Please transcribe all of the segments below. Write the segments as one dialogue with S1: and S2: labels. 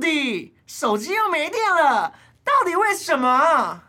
S1: 弟，手机又没电了，到底为什么？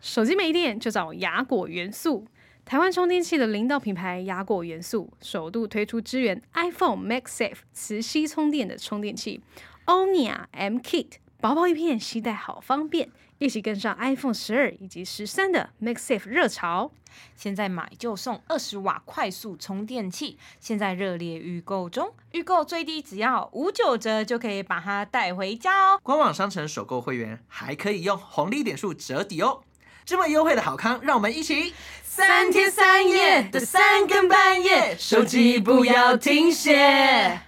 S2: 手机没电就找雅果元素。台湾充电器的领导品牌雅果元素，首度推出支援 iPhone MagSafe 磁吸充电的充电器 Onia M Kit，薄薄一片，携带好方便。一起跟上 iPhone 十二以及十三的 MagSafe 热潮。
S3: 现在买就送二十瓦快速充电器，现在热烈预购中，预购最低只要五九折就可以把它带回家哦。
S1: 官网商城首购会员还可以用红利点数折抵哦。这么优惠的好康，让我们一起
S3: 三天三夜的三更半夜，手机不要停歇。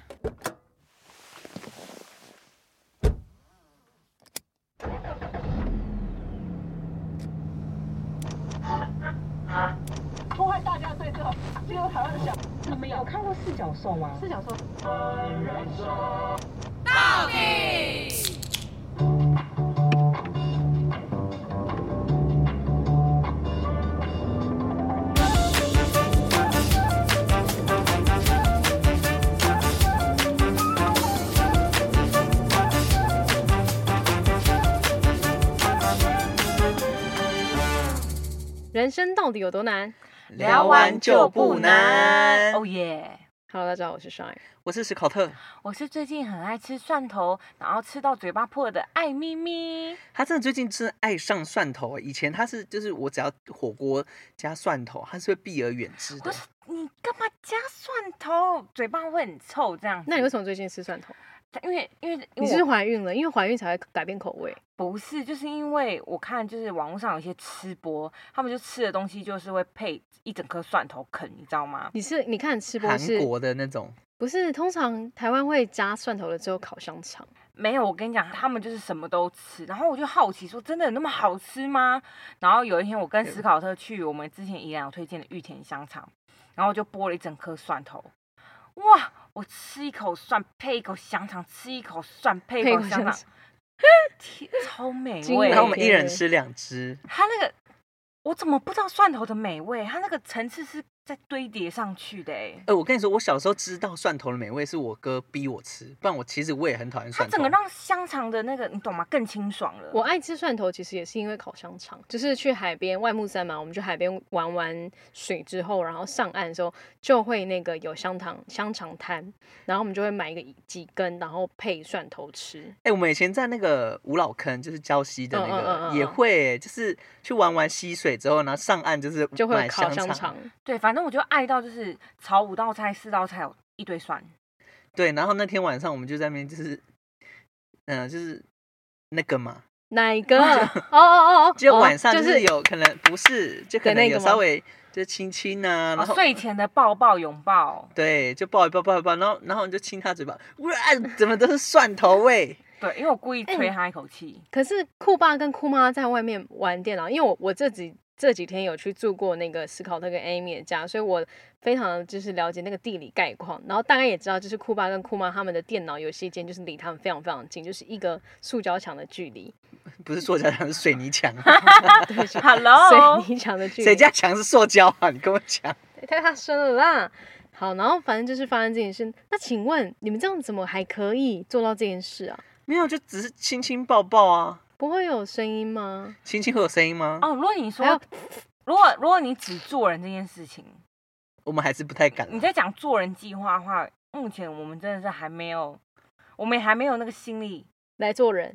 S4: 破坏大家对这个这个台湾的想。你们有看过四角兽吗？四角兽。
S2: 人生到底有多难？
S3: 聊完就不难哦耶！
S2: Hello，大家好，我是 Shine。
S1: 我是史考特，
S3: 我是最近很爱吃蒜头，然后吃到嘴巴破的爱咪咪。
S1: 他真的最近真的爱上蒜头欸。以前他是就是我只要火锅加蒜头，他是会避而远之的
S3: 不。是你干嘛加蒜头？嘴巴会很臭这样子。
S2: 那你为什么最近吃蒜头？
S3: 因为因为
S2: 你
S3: 因为
S2: 是不是
S3: 我
S2: 怀孕了？因为怀孕才会改变口味。
S3: 不是，就是因为我看就是网络上有一些吃播，他们就吃的东西就是会配一整颗蒜头啃，你知道吗？
S2: 你是你看吃播
S1: 韩
S2: 是
S1: 国的那种，
S2: 不是通常台湾会加蒜头了之后烤香肠？
S3: 没有，我跟你讲，他们就是什么都吃。然后我就好奇说，真的有那么好吃吗？然后有一天我跟史考特去我们之前宜兰有推荐的玉田香肠，然后我就剥了一整颗蒜头，哇！我吃一口蒜配一口香肠，吃一口蒜配一口
S2: 配一口
S3: 香肠
S2: 香肠，
S3: 天超美
S2: 惊
S3: 味。
S2: 对人
S1: 然后我们一人
S2: 对
S1: 吃两只，
S3: 它那个我怎么不知道蒜头的美味？它那个层次是在堆叠上去的哎、
S1: 哎、我跟你说，我小时候知道蒜头的美味是我哥逼我吃，不然我其实我也很讨厌
S3: 它
S1: 蒜头。
S3: 整个让香肠的那个你懂吗？更清爽了。
S2: 我爱吃蒜头，其实也是因为烤香肠，就是去海边外木山嘛，我们去海边玩完水之后，然后上岸的时候就会那个有香肠香肠摊，然后我们就会买一个几根，然后配蒜头吃。
S1: 哎、我们以前在那个五老坑，就是礁溪的那个，
S2: 嗯嗯嗯嗯嗯
S1: 也会、就是去玩完溪水之后，然后上岸就是
S2: 就会有
S1: 买
S2: 烤
S1: 香
S2: 肠，
S3: 对，反正我就爱到就是炒五道菜、四道菜有一堆蒜，
S1: 对，然后那天晚上我们就在那边就是，嗯、就是那个嘛，
S2: 哪一个？哦 哦哦，
S1: 就
S2: 哦
S1: 晚上
S2: 就
S1: 就是
S2: 是
S1: 有可能不是，就可
S2: 的
S1: 能
S2: 那
S1: 有
S2: 个
S1: 稍
S2: 吗
S1: 微就亲亲啊，
S3: 哦
S1: 然后、
S3: 睡前的抱抱拥抱，
S1: 对，就抱一抱抱一抱，然后然后你就亲他嘴巴，哇，怎么都是蒜头味？
S3: 对，因为我故意
S2: 哎
S3: 吹
S2: 你
S3: 他一口 气，
S2: 可是酷爸跟酷妈在外面玩电脑，因为我我这几这几天有去住过那个斯考特跟 Amy 的家，所以我非常就是了解那个地理概况，然后大概也知道就是酷爸跟酷妈他们的电脑游戏间就是离他们非常非常近，就是一个塑胶墙的距离，
S1: 不是塑胶墙，是水泥墙，啊
S2: 对就是
S3: Hello
S2: 水泥墙的距离。
S1: 哦谁家墙是塑胶啊？你跟我讲，
S2: 太大声了啦！好，然后反正就是发生这件事。那请问你们这样怎么还可以做到这件事啊？
S1: 没有，就只是亲亲抱抱啊，
S2: 不会有声音吗？
S1: 亲亲会有声音吗？
S3: 哦，如果你说
S2: 还有，
S3: 如果如果你只做人这件事情，
S1: 我们还是不太敢啦。
S3: 你在讲做人计划的话，目前我们真的是还没有，我们也还没有那个心力，
S2: 来做人？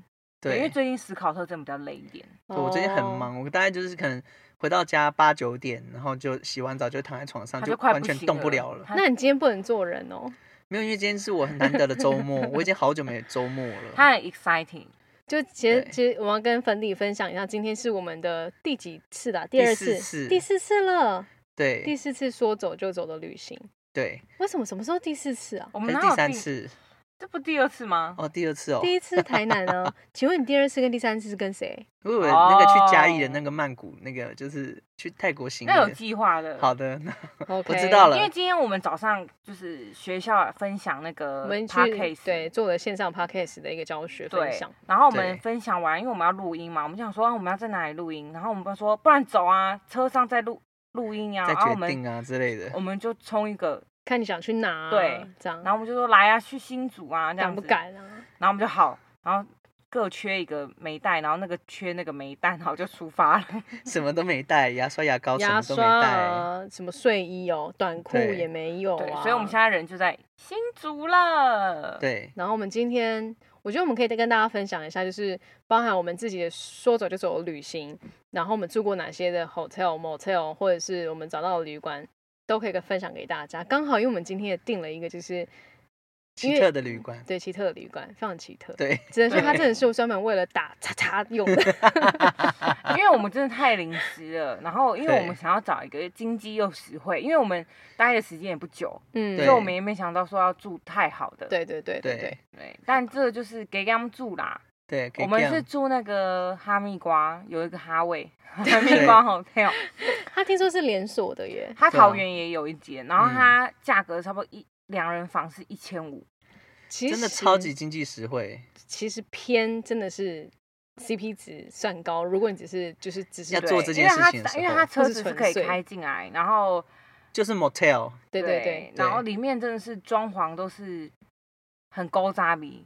S3: 因为
S1: 对，
S3: 最近思考特真的比较累一点，
S1: 对我最近很
S2: 哦
S1: 忙，我大概就是可能回到家八九点，然后就洗完澡就躺在床上，
S3: 他就快
S1: 完
S3: 不
S1: 全
S3: 行
S1: 动不
S3: 了
S1: 了了。
S3: 他
S2: 那你今天不能做人哦，
S1: 没有，因为今天是我很难得的周末，我已经好久没有周末了。
S3: 他很 exciting，
S2: 就其实
S1: 对
S2: 其实我要跟粉底分享一下，今天是我们的第几次啦？第二
S1: 四
S2: 次，
S1: 次
S2: 第四次了，第
S1: 对
S2: 四次说走就走的旅行。
S1: 对，
S2: 为什么什么时候第四次啊？
S3: 我
S1: 这是
S3: 们哪
S1: 第
S3: 有
S1: 三，次
S3: 这不第二次吗？
S1: 哦，第二次哦。
S2: 第一次台 南呢？请问你第二次跟第三次是跟谁？
S1: 我以为那个去嘉义的
S3: 哦
S1: 那个曼谷，那个就是去泰国行
S3: 那
S1: 那
S3: 有
S1: 个。
S3: 计划的，
S1: 好的，那
S2: OK，
S1: 我知道
S3: 因为
S1: 了。
S3: 今天我们早上就是学校分享那个
S2: 我们 去
S3: podcast，
S2: 对做了线上 podcast 的一个教学分
S3: 对
S2: 享。，
S3: 然后我
S1: 对
S3: 们分享完，因为我们要录音嘛，我们就想说、啊、我们要在哪里录音，然后我们不说不然走啊，车上再录录音呀、
S1: 再
S3: 然后我
S1: 决
S3: 们
S1: 定啊之类的
S3: 我，们就冲一个，
S2: 看你想去哪、
S3: 对，
S2: 这样，
S3: 然后我们就说来啊，去新竹啊这
S2: 敢
S3: 样
S2: 不
S3: 子，
S2: 敢啊？
S3: 然后我们就好，然然后各缺一个没带，然后那个缺那个没带，然后就出发了。
S1: 什么都没带，牙刷、牙膏什
S5: 牙
S1: 么都没
S5: 刷
S1: 带。
S5: 啊，什么睡衣哦，短裤
S1: 对
S5: 也没有
S3: 对
S5: 啊。，
S3: 所以我们现在人就在新竹了。，
S1: 对，
S5: 然后我们今天，我觉得我们可以再跟大家分享一下，就是包含我们自己的说走就走的旅行，然后我们住过哪些的 hotel、motel，或者是我们找到的旅馆，都可以跟分享给大家。刚好因为我们今天也订了一个，就是因
S1: 奇
S5: 为
S1: 特的旅馆。
S5: 对奇特的旅馆，非常奇特。
S1: 对，
S5: 只能说它真的是专门为了打叉叉用 的。
S3: 啊因为我们真的太临时了，然后因为我们
S1: 啊对
S3: 想要找一个经济又实惠，因为我们待的时间也不久，
S5: 嗯，
S3: 所以我们也没想到说要住太好的。
S5: 对对对对
S1: 对
S5: 对，
S3: 对，但这就是给他们住啦。
S1: 对，可以
S3: 我们
S1: 这样
S3: 是住那个哈密瓜，有一个哈 味哈密瓜 hotel，
S5: 他听说是连锁的耶。
S3: 它
S1: 对啊嗯
S3: 桃园也有一间，然后它价格差不多一两人房是一千五，
S5: 其实
S1: 真的超级，经济实惠，
S5: 其实偏真的是 CP 值算高。如果你只是就是只是
S1: 要
S3: 对
S1: 做这件
S3: 因为
S1: 事
S3: 它
S1: 情的时候
S3: 因为它车
S5: 或是
S3: 子是
S5: 纯
S3: 可以
S5: 粹
S3: 开进来，然后
S1: 就是 motel，
S5: 对对对，
S3: 然后
S1: 对
S3: 里面真的是装潢都是很高扎比。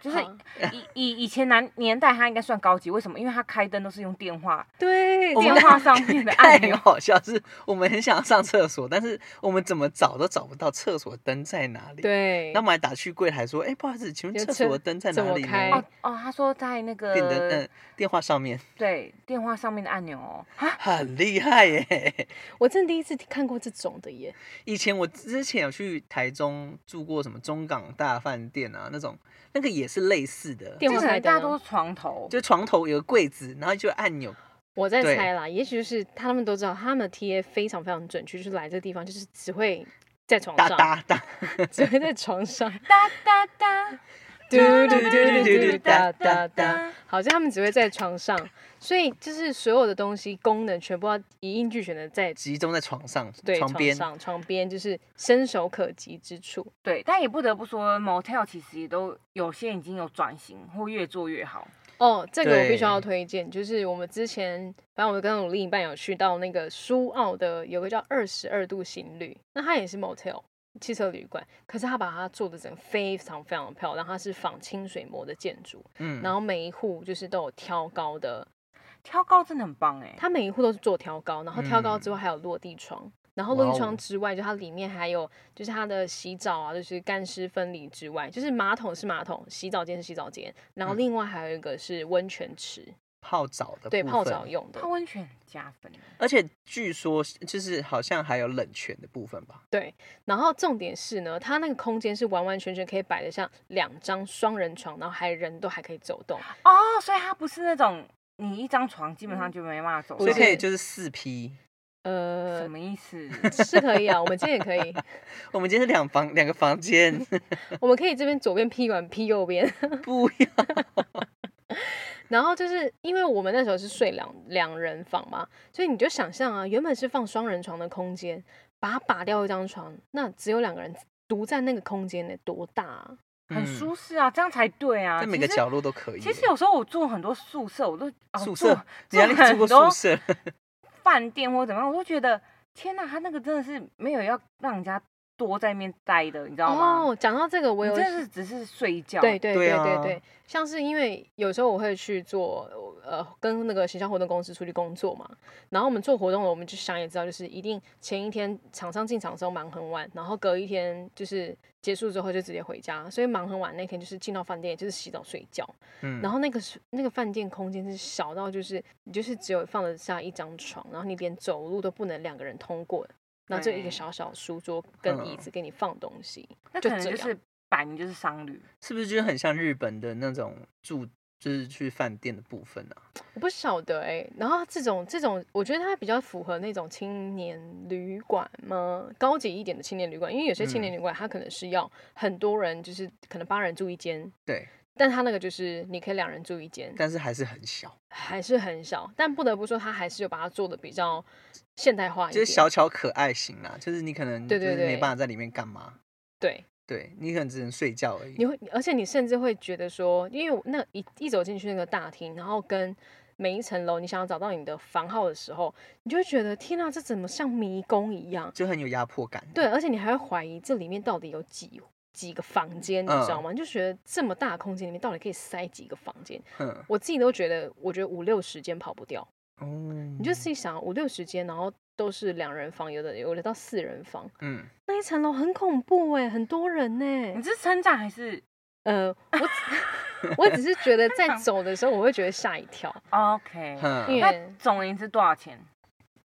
S3: 就是
S5: 好
S3: 以以以前南年代，它应该算高级，为什么？因为它开灯都是用电话，
S5: 对，
S1: 我
S5: 这
S1: 们
S3: 电
S5: 样
S3: 话上面的按钮
S1: 太，好笑，是我们很想上厕所，但是我们怎么找都找不到厕所灯在哪里。，
S5: 对
S1: 那我，们还打去柜台说，哎，不好意思，请
S5: 有
S1: 问厕
S5: 车
S1: 所的灯在
S5: 怎
S1: 哪
S5: 么
S1: 里
S5: 开
S1: 呢
S3: 哦？哦，他说在那个
S1: 电灯，嗯，电话上面
S3: 对电话上面的按钮哦，
S1: 很厉害耶。
S5: 我真的第一次看过这种的耶。
S1: 以前我之前有去台中住过什么中港大饭店啊，那种那个也是类似的，
S5: 电
S3: 这
S5: 话
S3: 可
S5: 开
S3: 能
S5: 灯
S3: 大
S5: 啊、
S3: 家都是床头，
S1: 就床头有个柜子，然后就有按钮，
S5: 我在
S1: 对
S5: 猜啦，也许就是他们都知道，他们的 TA 非常非常准确，就是来这地方就是只会在床
S1: 哒
S5: 上，
S1: 哒哒，
S5: 只会在床上，
S3: 哒哒哒，
S5: 嘟嘟嘟嘟嘟哒哒
S1: 哒
S5: 哒
S1: 哒。
S5: 好像他们只会在床上，所以就是所有的东西功能全部要一应俱全的在
S1: 集中在床上、
S5: 对
S1: 床边，
S5: 上床边，就是伸手可及之处。
S3: 对，但也不得不说，motel 其实也都有些已经有转型或越做越好，
S5: 哦，这个我必须
S1: 对
S5: 要推荐，就是我们之前，反正我跟我另一半有去到那个苏澳的有个叫二十二度行旅，那它也是 motel 汽车旅馆，可是它把它做的整个非常非常漂亮，它是仿清水模的建筑，
S1: 嗯，
S5: 然后每一户就是都有挑高的，
S3: 挑高真的很棒哎，
S5: 它每一户都是做挑高，然后挑高
S1: 嗯
S5: 之后还有落地窗。然后落地
S1: 哇哦
S5: 窗之外，就它里面还有就是它的洗澡啊，就是干湿分离之外，就是马桶是马桶，洗澡间是洗澡间，然后
S1: 嗯
S5: 另外还有一个是温泉池，
S1: 泡澡的
S5: 对
S1: 部
S5: 泡
S1: 分
S5: 澡用的
S3: 泡，温泉很加分，
S1: 而且据说是就是好像还有冷泉的部分吧，
S5: 对。然后重点是呢，它那个空间是完完全全可以摆得像两张双人床，然后还人都还可以走动。
S1: 啊
S3: 哦，所以它不是那种你一张床基本上就没办法走，
S1: 所以
S5: 嗯不是
S1: 可以就是四批。
S5: 呃
S3: 什，么 意思？
S5: 是可以啊，我们今天也可以，
S1: 我们今天是两房两个房 间，
S5: 我们可以这边左边劈完劈右边，
S1: 不要
S5: 然后就是因为我们那时候是睡两两人房嘛，所以你就想象啊，原本是放双人床的空间，把它拔掉一张床，那只有两个人独占那个空间呢，多大、啊？
S3: 很舒适啊，这样才对啊，
S1: 嗯在每个
S3: 其实
S1: 角落都可以耶。
S3: 其实有时候我住很多宿舍，我都、哦、
S1: 嗯宿
S3: 住
S1: 舍，你还
S3: 很
S1: 住过
S3: 多
S1: 宿 舍？
S3: 饭店或怎么样，我都觉得天哪，他那个真的是没有要让人家多在那边待的，你知道吗？
S5: 哦，讲到这个，我
S3: 你
S5: 有
S3: 真的是只是睡觉，
S5: 对对
S1: 对
S5: 对对
S1: 啊
S5: 对，像是因为有时候我会去做呃跟那个形象活动公司出去工作嘛，然后我们做活动了，我们就想也知道，就是一定前一天厂商进场的时候忙很晚，然后隔一天就是结束之后就直接回家，所以忙很晚那天就是进到饭店就是洗澡睡觉，
S1: 嗯，
S5: 然后那个是那个饭店空间是小到就是你就是只有放得下一张床，然后你连走路都不能两个人通过。然后就一个
S3: 对
S5: 小小书桌跟
S1: 嗯
S5: 椅子给你放东西，
S3: 那
S5: 就
S3: 可能
S5: 这
S3: 就
S5: 样
S3: 是版就是商旅，
S1: 是不是就是很像日本的那种住，就是去饭店的部分啊？
S5: 我不晓得哎、然后这种这种，我觉得它比较符合那种青年旅馆吗？高级一点的青年旅馆，因为有些青年
S1: 嗯
S5: 旅馆它可能是要很多人，就是可能八人住一间，
S1: 对，
S5: 但它那个就是你可以两人住一间，
S1: 但是还是很小，
S5: 还是很小。但不得不说，它还是有把它做的比较现代化一
S1: 就
S5: 点。
S1: 是小巧可爱型啦，就是你可能
S5: 对
S1: 就
S5: 对
S1: 是没
S5: 对
S1: 办法在里面干嘛，
S5: 对，
S1: 对你可能只能睡觉而
S5: 你
S1: 已。
S5: 会，而且你甚至会觉得说，因为我那一一走进去那个大厅，然后跟每一层楼，你想要找到你的房号的时候，你就会觉得天啊，这怎么像迷宫一样？
S1: 就很有压迫感，
S5: 对，而且你还会怀疑这里面到底有几几个房间，你知道吗？你就觉得这么大的空间里面到底可以塞几个房间？
S1: 哼，
S5: 我自己都觉得，我觉得五六十间跑不掉。
S1: 哦，
S5: 你
S1: 你
S5: 就自己想五六十间，然后都是两人房，有的有的到四人房，
S1: 嗯，
S5: 那一层楼很恐怖哎、很多人呢、
S3: 你是称赞还是
S5: 呃，我只 我只是觉得在走的时候，我会觉得吓一跳，
S3: 哦 OK？
S5: 因
S1: 哼，
S3: 那
S5: 为
S3: 总而言之多少钱？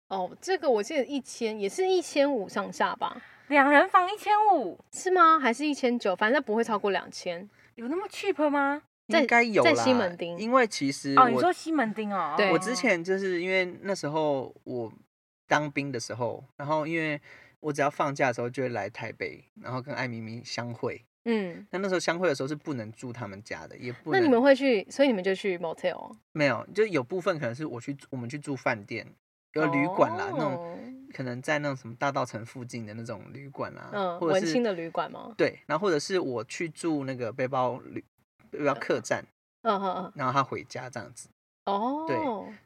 S5: 哦，这个我记得一千也是一千五上下吧，
S3: 两人房一千五，
S5: 是吗？还是一千九？反正不会超过两千。
S3: 有那么 cheap 吗？
S5: 在
S1: 应该有
S5: 在
S1: 啦
S5: 西门町
S1: 因为其实
S3: 哦，你
S1: 我
S3: 说西门町哦，
S5: 对
S1: 我之前就是因为那时候我当兵的时候，然后因为我只要放假的时候就会来台北，然后跟艾咪咪相会。
S5: 嗯，
S1: 那那时候相会的时候是不能住他们家的，也不
S5: 那
S1: 能啊
S5: 你们会去，所以你们就去 motel
S1: 没有，就有部分可能是我去我们去住饭店，有旅馆啦，那种
S5: 种
S1: 可能在那种什么大道城附近的那种旅馆啦，
S5: 嗯
S1: 或者
S5: 文
S1: 是
S5: 青的旅馆吗？
S1: 对，然后或者是我去住那个背包旅背包客栈，
S5: 嗯嗯
S1: 然后他回家这样子，
S5: 嗯，哦，
S1: 对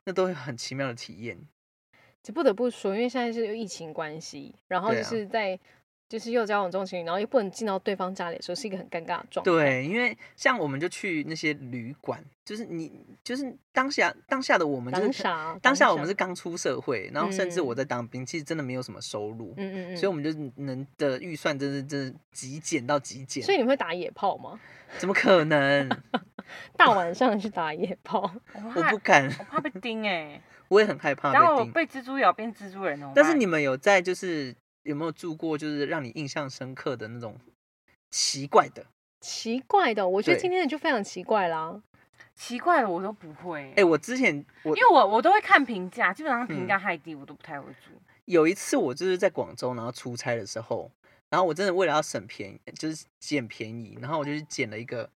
S1: 那都会很奇妙的体验。
S5: 就不得不说，因为现在是有疫情关系，然后
S1: 对
S5: 就
S1: 啊
S5: 是在、就是又交往中情侣，然后又不能进到对方家里的时候，是一个很尴尬的状态。，
S1: 对，因为像我们就去那些旅馆，就是你就是当下当下的我们就是
S5: 当下
S1: 当下我们是，刚出社会，然后甚至
S5: 嗯
S1: 我在当兵，其实真的没有什么收入，
S5: 嗯嗯嗯，
S1: 所以我们就能的预算真是真是极简到极简，
S5: 所以你们会打野炮吗？
S1: 怎么可 能？
S5: 大晚上去打野炮，
S3: 我
S1: 我
S3: 怕
S1: 不敢，
S3: 我怕被叮哎，
S1: 我也很害怕
S3: 然后
S1: 被
S3: 我
S1: 盯。
S3: 被蜘蛛咬变蜘蛛人哦。
S1: 但是你们有在就是有没有住过就是让你印象深刻的那种奇怪的？
S5: 奇怪的，我觉得
S1: 对
S5: 今天的就非常奇怪啦。
S3: 奇怪的我都不会欸
S1: 哎、，我之前我
S3: 因为我我都会看评价，基本上评价太低我都不太会住。
S1: 有一次我就是在广州，然后出差的时候，然后我真的为了要省便宜，就是捡便宜，然后我就去捡了一个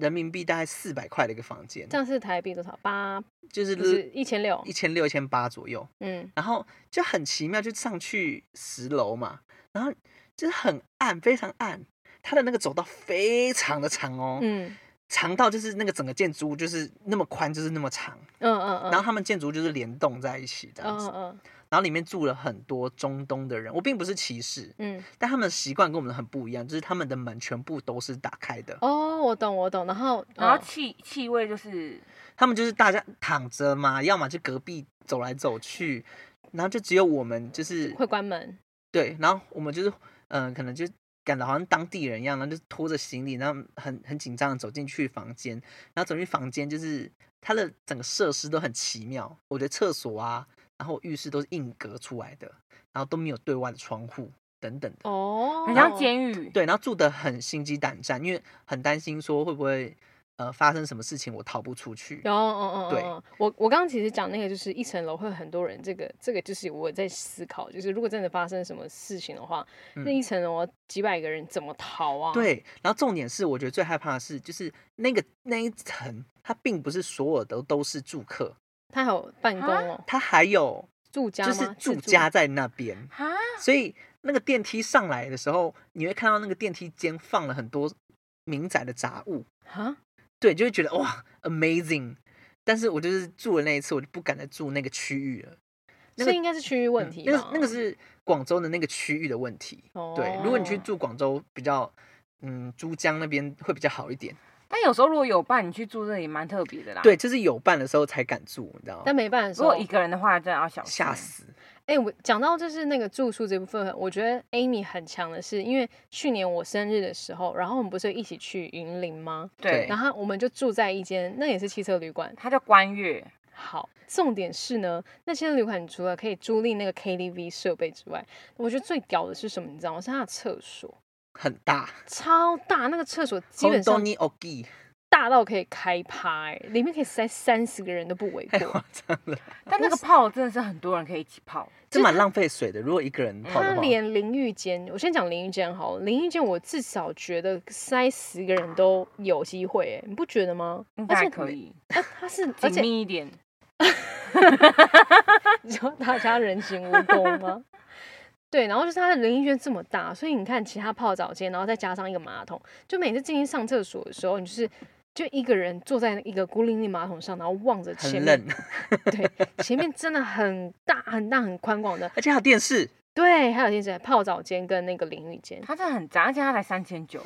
S1: 人民币大概四百块的一个房间
S5: 这，样是台币多少？八
S1: 就是
S5: 就是一千六
S1: 一。千六、一千八左右，
S5: 嗯，
S1: 然后就很奇妙，就上去十楼嘛，然后就是很暗，非常暗，它的那个走道非常的长哦，
S5: 嗯
S1: 长到就是那个整个建筑物就是那么宽，就是那么长，
S5: 嗯嗯嗯。
S1: 然后他们建筑物就是联动在一起这样
S5: 嗯
S1: 子，
S5: 嗯嗯
S1: 然后里面住了很多中东的人，我并不是歧视，
S5: 嗯。
S1: 但他们的习惯跟我们的很不一样，就是他们的门全部都是打开的，
S5: 哦，我懂我懂。然后
S3: 然后
S5: 嗯
S3: 气气味就是
S1: 他们就是大家躺着嘛，要么就隔壁走来走去，然后就只有我们就是
S5: 嗯会关门。
S1: 对，然后我们就是嗯、呃可能就感到好像当地人一样，然后就拖着行李，然后很很紧张的走进去房间，然后走进房间就是它的整个设施都很奇妙，我觉得厕所啊，然后浴室都是硬隔出来的，然后都没有对外的窗户等等的。
S5: 哦，
S3: 很像监狱。
S1: 对，然后住的很心惊胆战，因为很担心说会不会呃发生什么事情，我逃不出去。
S5: 有，嗯嗯嗯，
S1: 对
S5: 嗯我我刚刚其实讲那个就是一层楼会有很多人，这个这个就是我在思考，就是如果真的发生什么事情的话，那
S1: 嗯
S5: 一层楼几百个人怎么逃啊？，
S1: 对，然后重点是，我觉得最害怕的是，就是那个那一层，它并不是所有的都是住客，
S5: 他还有办公
S3: 啊
S5: 哦，
S1: 它还有
S5: 住家
S1: 就是
S5: 吗？
S1: 住
S5: 自
S1: 家，在那边，
S3: 哈，
S1: 所以那个电梯上来的时候，你会看到那个电梯间放了很多民宅的杂物，
S5: 啊？
S1: 对，就会觉得哇，amazing。但是我就是住了那一次，我就不敢再住那个区域了。那
S5: 这
S1: 个
S5: 应该是区域问题
S1: 嗯那
S5: 吧
S1: 个？那个是广州的那个区域的问题。对，如果你去
S5: 哦
S1: 住广州比较，嗯，珠江那边会比较好一点。
S3: 但有时候如果有伴，你去住这里蛮特别的啦。，
S1: 对，就是有伴的时候才敢住，你知道吗
S5: 但？没办法的时
S3: 如
S5: 候
S3: 果，一个人的话，真的要小心。
S1: 吓死！
S5: 哎、我讲到就是那个住宿这部分，我觉得 Amy 很强的是，因为去年我生日的时候，然后我们不是一起去云林吗？
S1: 对
S3: 对
S5: 然，后我们就住在一间，那也是汽车旅馆，
S3: 他叫关月，
S5: 好，重点是呢，那些旅馆除了可以租赁那个 KTV 设备之外，我觉得最屌的是什么？你知道吗？是它的厕所
S1: 很大，
S5: 超大，那个厕所基本上
S1: Hondoni Ogi
S5: 大到可以开趴、欸，里面可以塞三十个人都不为
S3: 哎
S1: 太
S5: 过。
S1: 夸张了，
S3: 但那个泡真的是很多人可以一起泡。
S1: 这蛮浪费水的。如果一个人泡
S5: 它
S1: 的话，
S5: 连淋浴间，我先讲淋浴间好了，淋浴间我至少觉得塞十个人都有机会、欸，你不觉得吗？
S3: 应
S5: 而
S3: 该
S5: 且
S3: 可，以，
S5: 啊、它是而且
S3: 紧密一点。
S5: 你 说大家人形蜈蚣吗？ 对，然后就是它的淋浴间这么大，所以你看其他泡澡间，然后再加上一个马桶，就每次进去上厕所的时候，你就是就一个人坐在一个孤零零马桶上，然后望着前
S1: 很
S5: 面
S1: 冷，，
S5: 对，前面真的很大很大很宽广的，
S1: 而且还有电视，
S5: 对，还有电视台、泡澡间跟那个淋浴间，
S3: 它真的很脏，而且它才三千九，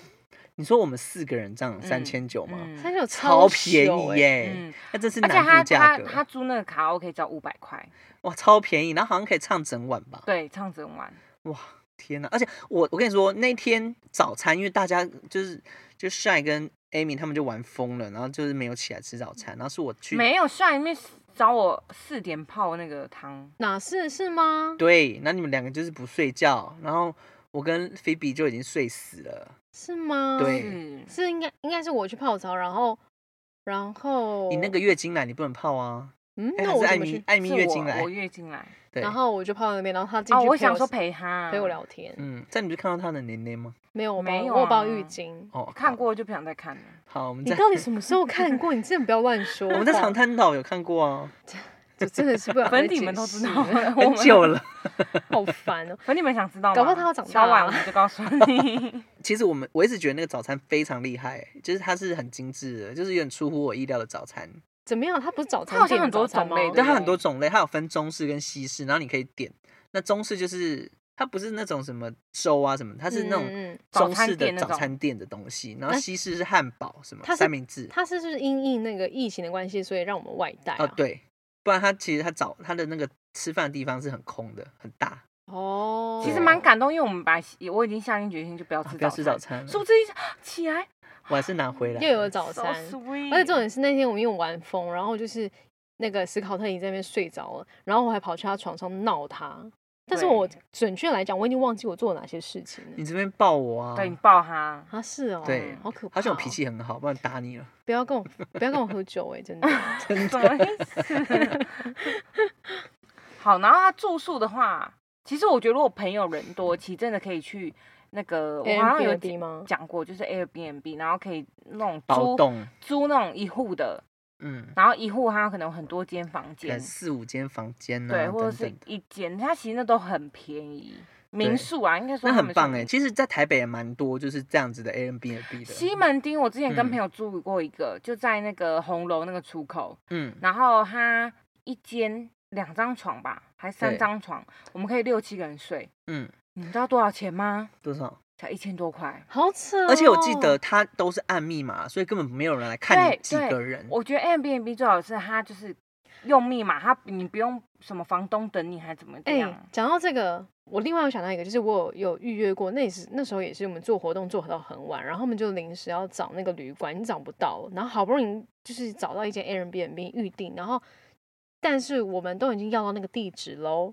S1: 你说我们四个人这样三千九吗？
S3: 嗯
S5: 三九
S1: 超便
S5: 便
S1: 宜耶
S3: 嗯！
S1: 那真是
S3: 而且他
S1: 南部价
S3: 他
S1: 格，
S3: 他租那个卡拉 OK 只要五百块，
S1: 哇，超便宜，然后好像可以唱整晚吧？
S3: 对，唱整晚。
S1: 哇，天哪！而且我我跟你说，那天早餐因为大家就是就 Shy 跟 Amy 他们就玩疯了，然后就是没有起来吃早餐，然后是我去
S3: 没有，下一面找我四点泡那个汤，
S5: 哪是是吗？
S1: 对，那你们两个就是不睡觉，然后我跟 Phoebe 就已经睡死了。
S5: 是吗？
S1: 对
S3: 是
S5: 是应该应该是我去泡澡，然后然后
S1: 你那个月经来你不能泡啊，
S5: 嗯，
S1: 哎、
S5: 那
S1: 还是
S5: 我
S1: 艾
S5: 怎么
S1: 米
S5: 去？
S1: 艾米
S3: 是
S1: 月
S3: 哦我
S1: 经来
S3: 我，月经来
S1: 对，
S5: 然后我就泡那边，然后他进
S3: 哦，
S5: 去陪
S3: 我
S5: 我
S3: 想说陪他
S5: 陪我，聊天，
S1: 嗯，这样你就看到他的年龄吗？
S5: 没有我抱
S3: 没有
S5: 我有抱
S3: 啊
S5: 浴巾。
S1: 哦，
S3: 看
S1: 好。
S3: 过就不想再看 了。
S1: 好，我们
S5: 你
S1: 在
S5: 到底什么时候看过？你真的不要乱 说。
S1: 我们在
S5: 好不好
S1: 长滩岛有看过啊，
S5: 就真的 是不想
S3: 粉
S5: 再
S3: 底
S5: 解
S3: 们都知
S5: 释
S3: 道，
S5: 了
S3: 我
S1: 很
S3: 们
S1: 久了。
S5: 好烦哦。
S3: 粉底们想知道吗？
S5: 搞不好他要长大
S3: 敲完
S5: 啊
S3: 我们就告诉 你。
S1: 其实我们我一直觉得那个早餐非常厉害，就是它是很精致的，就是有点出乎我意料的早餐。
S5: 怎么样？它不是早餐
S3: 好像
S5: 店的
S3: 很多
S5: 早餐
S3: 种
S5: 吗？
S3: 类
S1: 但
S3: 的
S1: 它很多种类，它有分中式跟西式，然后你可以点。那中式就是它不是那种什么粥啊什么，它是那种
S5: 嗯嗯嗯
S1: 中式的
S3: 早餐店那种
S1: 早餐店的东西，然后
S5: 哎
S1: 西式是汉堡什么
S5: 它是
S1: 三明治
S5: 它是就是因应那个疫情的关系，所以让我们外带
S1: 啊，
S5: 啊。
S1: 对，不然它其实它早它的那个吃饭的地方是很空的，很大，
S5: 哦，
S3: 其实蛮感动，因为我们把我已经下定决心就不要
S1: 啊
S3: 哦吃
S1: 不要吃
S3: 早
S1: 早餐了，
S3: 殊不知一下起来
S1: 我还是拿回来
S5: 又有
S1: 了。
S5: 早餐，
S3: so sweet
S5: 而且重点是那天我们又玩疯，然后就是那个史考特已经在那边睡着了，然后我还跑去他床上闹他。但是
S3: 对
S5: 我准确来讲，我已经忘记我做了哪些事情了
S1: 你。这边抱我啊！
S3: 对你抱他，
S5: 啊，是哦，
S1: 对
S5: 好可怕、哦。
S1: 好像我脾，气很好，不然打你了。
S5: 不要跟我不要跟我喝酒哎、 真的。
S3: 什么意思？ 好，然后他住宿的话，其实我觉得如果朋友人多，其实真的可以去那个，我好像有
S5: Airbnb 吗？
S3: 讲过，就是 Airbnb，然后可以那种
S1: 包
S3: 租
S1: 栋，
S3: 租那种一户的，
S1: 嗯，
S3: 然后一户它可能有很多间房
S1: 可能
S3: 间，
S1: 四五间房间呢、
S3: 对，
S1: 啊，
S3: 或者
S1: 等
S3: 是
S1: 等的，
S3: 一间，它其实那都很便宜，民宿啊，应该说
S1: 那
S3: 他
S1: 很
S3: 们
S1: 棒
S3: 算
S1: 哎、
S3: 民宿
S1: 其实，在台北也蛮多就是这样子的 Airbnb 的。
S3: 西门町，我之前跟
S1: 嗯
S3: 朋友住过一个，就在那个红楼那个出口，
S1: 嗯，
S3: 然后它一间两张床吧，还三
S1: 对
S3: 张床，我们可以六七个人睡。
S1: 嗯，
S3: 你知道多少钱吗？
S1: 多少？
S3: 才一千多块。
S5: 好扯、
S1: 而且我记得，它都是按密码，所以根本没有人来看你
S3: 哦对
S1: 几
S3: 对
S1: 个人。
S3: 我觉得 Airbnb 最好的是它就是用密码，它你不用什么房东等你还怎么
S5: 哎、
S3: 样。
S5: 讲到这个，我另外有想到一个，就是我有有预约过，那也是那时候也是我们做活动做到很晚，然后我们就临时要找那个旅馆，你找不到，然后好不容易就是找到一间 Airbnb 预定，然后但是我们都已经要到那个地址喽，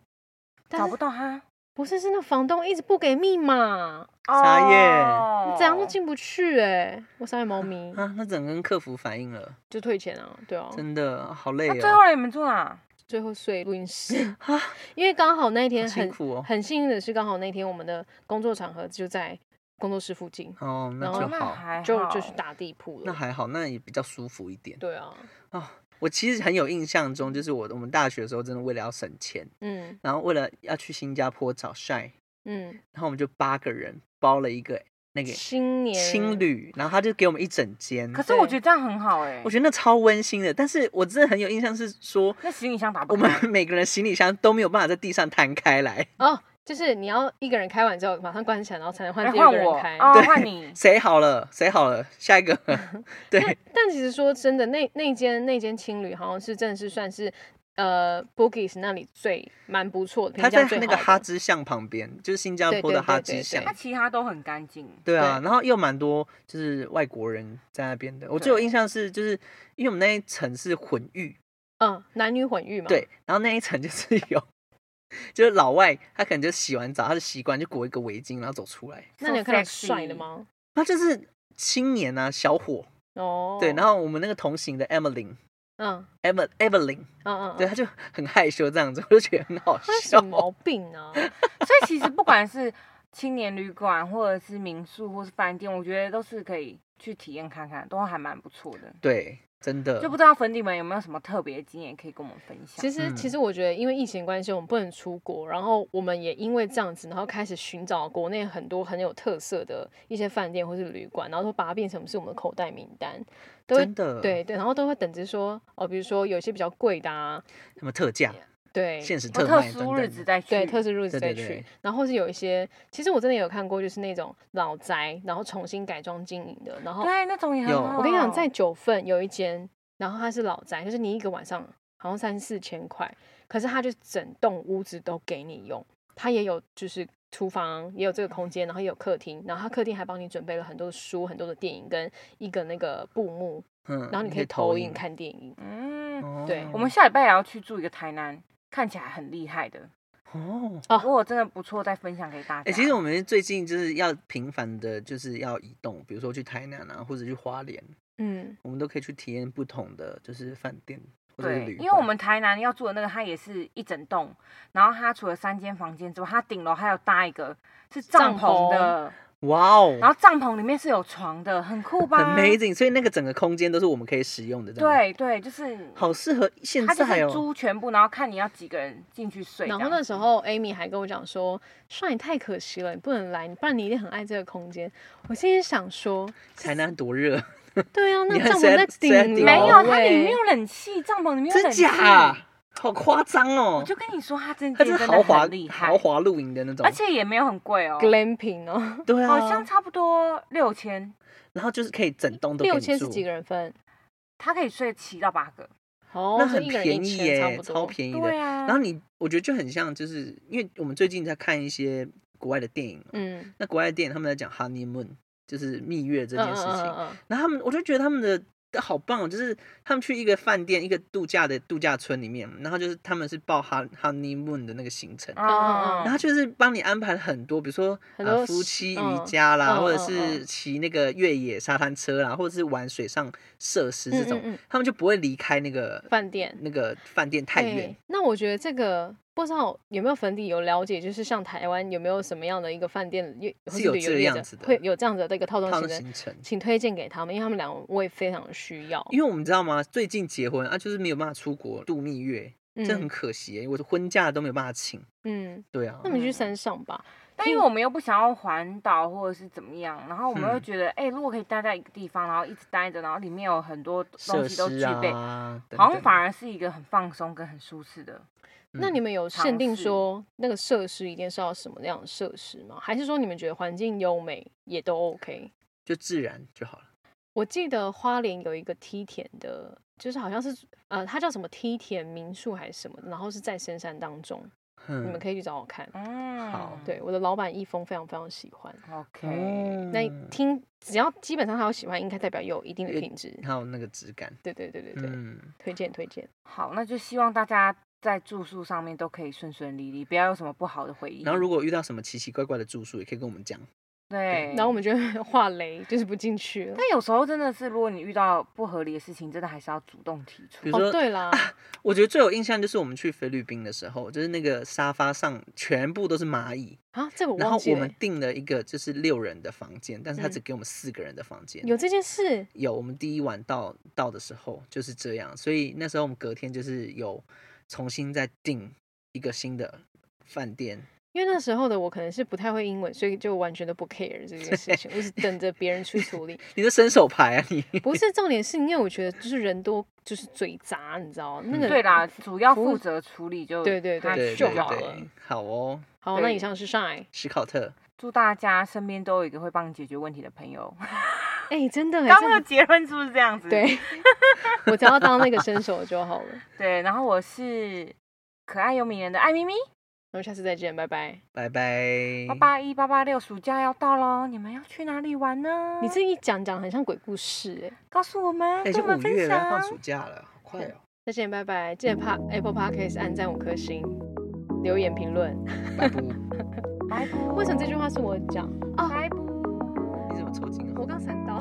S5: 但
S3: 找
S5: 是
S3: 不到它，
S5: 不是是那房东一直不给密码，
S1: 傻眼
S5: 你
S3: 哦
S5: 怎样都进不去哎、我傻眼猫咪
S1: 啊，那整个跟客服反映了，
S5: 就退钱啊，对啊，
S1: 真的好累
S3: 哦那最
S1: 哦，
S3: 后你们住哪？
S5: 最后睡录音室。
S1: 啊，
S5: 因为刚好那一天
S1: 好辛
S5: 很
S1: 苦哦
S5: 很幸运的是，刚好那天我们的工作场合就在工作室附近，
S1: 哦，那
S5: 然
S1: 就
S5: 后
S3: 哦那
S1: 好，
S3: 还
S5: 就
S3: 好
S5: 就去打地铺
S1: 那
S5: 了。
S1: 还好，那也比较舒服一点
S5: 对啊，
S1: 啊。我其实很有印象中，就是我我们大学的时候，真的为了要省钱，
S5: 嗯
S1: 然后为了要去新加坡找 Shy，
S5: 嗯，
S1: 然后我们就八个人包了一个那个
S5: 青年
S1: 青旅，然后他就给我们一整间。
S3: 可是我
S5: 对
S3: 觉得这样很好哎、
S1: 我觉得那超温馨的，但是我真的很有印象是说，
S3: 那行李箱打
S1: 我
S3: 不开
S1: 们
S5: 嗯
S1: 每个人行李箱都没有办法在地上摊开来，
S5: 哦，就是你要一个人开完之后马上关起来，然后才能换
S3: 哎
S5: 第二
S3: 换
S5: 个
S3: 我
S5: 人开。
S3: 哦，
S1: 对
S3: 换你。
S1: 谁好了谁好了，下一 个， 对，
S5: 但其实说真的，那那间那间青旅好像是真的是算是呃 Boogies 那里最蛮不错的，
S1: 他
S5: 评
S1: 在
S5: 价最
S1: 那
S5: 好
S1: 个
S5: 的。
S1: 哈芝巷旁边，就是新加坡的哈芝巷
S5: 对
S3: 它。其他都很干净，
S1: 对啊，
S5: 对
S1: 然后又蛮多就是外国人在那边的。我最
S3: 对
S1: 有印象是，就是因为我们那一层是混浴，
S5: 嗯，男女混浴嘛。
S1: 对，然后那一层就是 有，就是老外他可能就洗完澡，他的习惯就裹一个围巾，然后走出来，
S5: 那你有
S3: So
S5: 看到
S3: sexy
S5: 帅的吗？
S1: 他就是青年啊，小伙。
S5: 哦，
S1: 对，然
S5: 后
S1: 后我们那个同行的 Emily。
S5: 嗯
S1: Ever Evelyn，
S5: 嗯嗯，
S1: 对，，他就很害羞这样子，我就觉得很好
S5: 他什
S1: 笑
S5: 么。毛病 啊？
S3: 所以其实不管是青年旅馆，或者是民宿，或是饭店，我觉得都是可以去体验看看，都还蛮不错的。
S1: 对，真的
S3: 就不知道粉底们有没有什么特别的经验可以跟我们分享？
S5: 其实，其实我觉得，因为疫情关系，我们不能出国，然后我们也因为这样子，然后开始寻找国内很多很有特色的一些饭店或是旅馆，然后都把它变成是我们的口袋名单，都会
S1: 真的
S5: 对对，然后都会等着说哦，比如说有一些比较贵的啊，
S1: 什么特价，
S5: 对，
S1: 限时特
S3: 特
S1: 卖等
S3: 殊日子
S1: 等。
S3: 再去，
S5: 对，特殊日子
S1: 对
S5: 再
S1: 对
S5: 去。
S1: 对
S5: 然后是有一些，其实我真的有看过，就是那种老宅，然后重新改装经营的。然后
S3: 对那种也
S1: 哦
S3: 很
S1: 有
S3: 好。
S5: 我跟你讲，在九份有一间，然后它是老宅，就是你一个晚上好像三四千块，可是它就整栋屋子都给你用，它也有就是厨房，也有这个空间，然后也有客厅，然后它客厅还帮你准备了很多的书、很多的电影跟一个那个布幕，
S1: 嗯，
S5: 然后你可以投
S1: 投
S5: 影。看电影。
S3: 嗯，
S1: 哦
S5: 对
S3: 我们下礼拜也要去住一个台南，看起来很厉害的。
S1: 哦，
S5: 哦
S3: 如果真的不错，再分享给大
S1: 哎、
S3: 家。
S1: 其实我们最近就是要频繁的，就是要移动，比如说去台南啊，或者去花莲，
S5: 嗯，
S1: 我们都可以去体验不同的就是饭店或者是
S3: 对
S1: 旅，
S3: 因为我
S1: 馆
S3: 们台南要住的那个，它也是一整栋，然后它除了三间房间之外，它顶楼还有搭一个是帐
S5: 帐
S3: 篷的，
S1: 哇哦，
S3: 然后帐篷里面是有床的，很酷吧
S1: 很 amazing，所以那个整个空间都是我们可以使用的，这样，
S3: 对对，就是
S1: 好适合现
S3: 它就
S1: 在
S3: 是
S1: 哦，
S3: 租全部，然后看你要几个人进去睡这
S5: 然
S3: 样。
S5: 后那时候 Amy 还跟我讲说：“帅，你太可惜了，你不能来，不然你一定很爱这个空间。”我心里想说
S1: 台南多热，：“
S5: 对啊，那
S1: 你还
S5: 帐
S1: 谁
S5: 篷
S1: 还
S5: 在
S1: 谁还
S5: 顶
S1: 顶
S3: 没有，
S5: 楼
S3: 它里
S5: 欸
S3: 面有冷气，帐篷里面有
S1: 真
S3: 冷气。
S1: 假？好夸张
S3: 我
S1: 哦，
S3: 就跟你说，它真
S1: 它
S3: 真
S1: 是
S3: 的
S1: 豪华
S3: 很厉害
S1: 豪，华露营的那种，
S3: 而且也没有很贵哦，
S5: glamping 哦，
S1: 对啊，
S3: 好像差不多六千，
S1: 然后就是可以整栋都给
S5: 六
S1: 你
S5: 千是
S1: 住
S5: 几个人分？
S3: 它可以睡七到八个。
S5: 哦，
S1: 那
S5: 所
S1: 很
S5: 以一个人
S1: 便宜
S5: 一千差
S1: 耶，
S5: 不多。
S1: 超便宜的
S3: 对。啊，
S1: 然后你，我觉得就很像，就是因为我们最近在看一些国外的电影，
S5: 嗯，
S1: 那国外的电影他们在讲 honeymoon，就是蜜月这件事情。
S5: 嗯嗯嗯
S1: 然后他们，我就觉得他们的好棒哦，就是他们去一个饭店，一个度假的度假村里面，然后就是他们是报 hon honeymoon 的那个行程。
S5: 嗯
S1: 然后就是帮你安排了很多，比如说
S5: 很
S1: 呃
S5: 多
S1: 夫
S5: 是
S1: 妻
S5: 嗯
S1: 瑜伽啦，
S5: 嗯
S1: 或者
S5: 嗯
S1: 是
S5: 嗯
S1: 骑那个越野沙滩车啦，或者是玩水上设施这种，
S5: 嗯嗯嗯
S1: 他们就不会离开那个
S5: 饭店
S1: 那个饭店太远
S5: 对。那我觉得这个不知道有没有粉底有了解，就是像台湾有没有什么样的一个饭店有
S1: 是有这
S5: 有
S1: 样子的
S5: 会有这样子的一个套装
S1: 套
S5: 型
S1: 的
S5: 的，
S1: 行程。
S5: 请推荐给他们，因为他们两位非常需要。
S1: 因为我们知道吗？最近结婚啊，就是没有办法出国度蜜月，这很
S5: 嗯
S1: 可惜耶。我的婚假都没有办法请。
S5: 嗯，
S1: 对啊
S5: 那，你去山上吧。
S3: 但因为我们又不想要环岛或者是怎么样，然后我们
S1: 嗯
S3: 又觉得，哎、如果可以待在一个地方，然后一直待着，然后里面有很多
S1: 设
S3: 东西都具
S1: 施
S3: 备，
S1: 啊，等
S3: 好像
S1: 等嗯
S3: 反而是一个很放松跟很舒适的。
S5: 那你们有限
S3: 尝
S5: 定
S3: 试
S5: 说那个设施一定是要什么样的设施吗？还是说你们觉得环境优美也都 OK？
S1: 就自然就好了。
S5: 我记得花莲有一个梯田的，就是好像是呃，它叫什么梯田民宿还是什么的，然后是在深山当中，你们
S1: 嗯，
S5: 可以去找我看。
S3: 嗯，
S1: 好
S5: 对，我的老板一峰非常非常喜欢。
S3: ，OK，、
S1: 哦
S5: 那听只要基本上他有喜欢，应该代表有一定的
S1: 也
S5: 品质。
S1: 还有那个质感，
S5: 对对对对对，
S1: 嗯，
S5: 推荐推荐。
S3: 好，那就希望大家在住宿上面都可以顺顺利利，不要有什么不好的回忆。
S1: 然后如果遇到什么奇奇怪怪的住宿，也可以跟我们讲。
S3: 对，
S1: 嗯
S5: 然后我们就 会画雷，就是不进去了。
S3: 但有时候真的是，如果你遇到不合理的事情，真的还是要主动提出
S1: 比。如说，
S5: 哦，对啦，
S1: 我觉得最有印象就是我们去菲律宾的时候，就是那个沙发上全部都是蚂蚁，
S5: 啊，这个我
S1: 然后
S5: 忘记
S1: 我
S5: 了
S1: 们。订了一个就是六人的房间，但是他
S5: 嗯
S1: 只给我们四个人的房间。
S5: 有这件事，
S1: 有，我们第一晚到到的时候就是这样，所以那时候我们隔天就是有重新再订一个新的饭店，
S5: 因为那时候的我可能是不太会英文，所以就完全都不 care 这件事情，我是等着别人去处理。
S1: 你的伸手牌啊你，
S5: 不是重点，是因为我觉得就是人多就是嘴杂，你知道那个
S3: 嗯对啦，主要
S5: 服务
S3: 负责处理就
S5: 对对对
S3: 他
S1: 对
S3: 就
S1: 对
S3: 好了。
S1: 对，好哦，
S5: 好，
S3: 对
S5: 那以上是 Shine，
S1: 史考特，
S3: 祝大家身边都有一个会帮你解决问题的朋友。
S5: 哎、真的欸，
S3: 刚
S5: 这
S3: 刚的结论是不是这样子？
S5: 对， 我只要当那个伸手就好了。
S3: 对，然后我是可爱又迷人的艾咪咪，
S5: 那我们下次再见，拜拜。
S1: 拜拜，
S3: 八八一八八六，暑假要到喽，你们要去哪里玩呢？
S5: 你这一讲讲很像鬼故事哎、
S3: 告诉我们，
S1: 哎，已
S3: 跟
S1: 经
S3: 我
S1: 五
S3: 们
S1: 月
S3: 分
S1: 了，放
S3: 享。
S1: 暑假了，好快哦，
S5: 再见，拜拜。记得 pa Apple Podcast 按赞五颗星，留言评论。
S1: 拜拜，
S3: 拜拜
S5: 为什么这句话是我讲？
S3: 拜拜。
S1: 你怎么抽筋啊？
S5: 我刚闪到。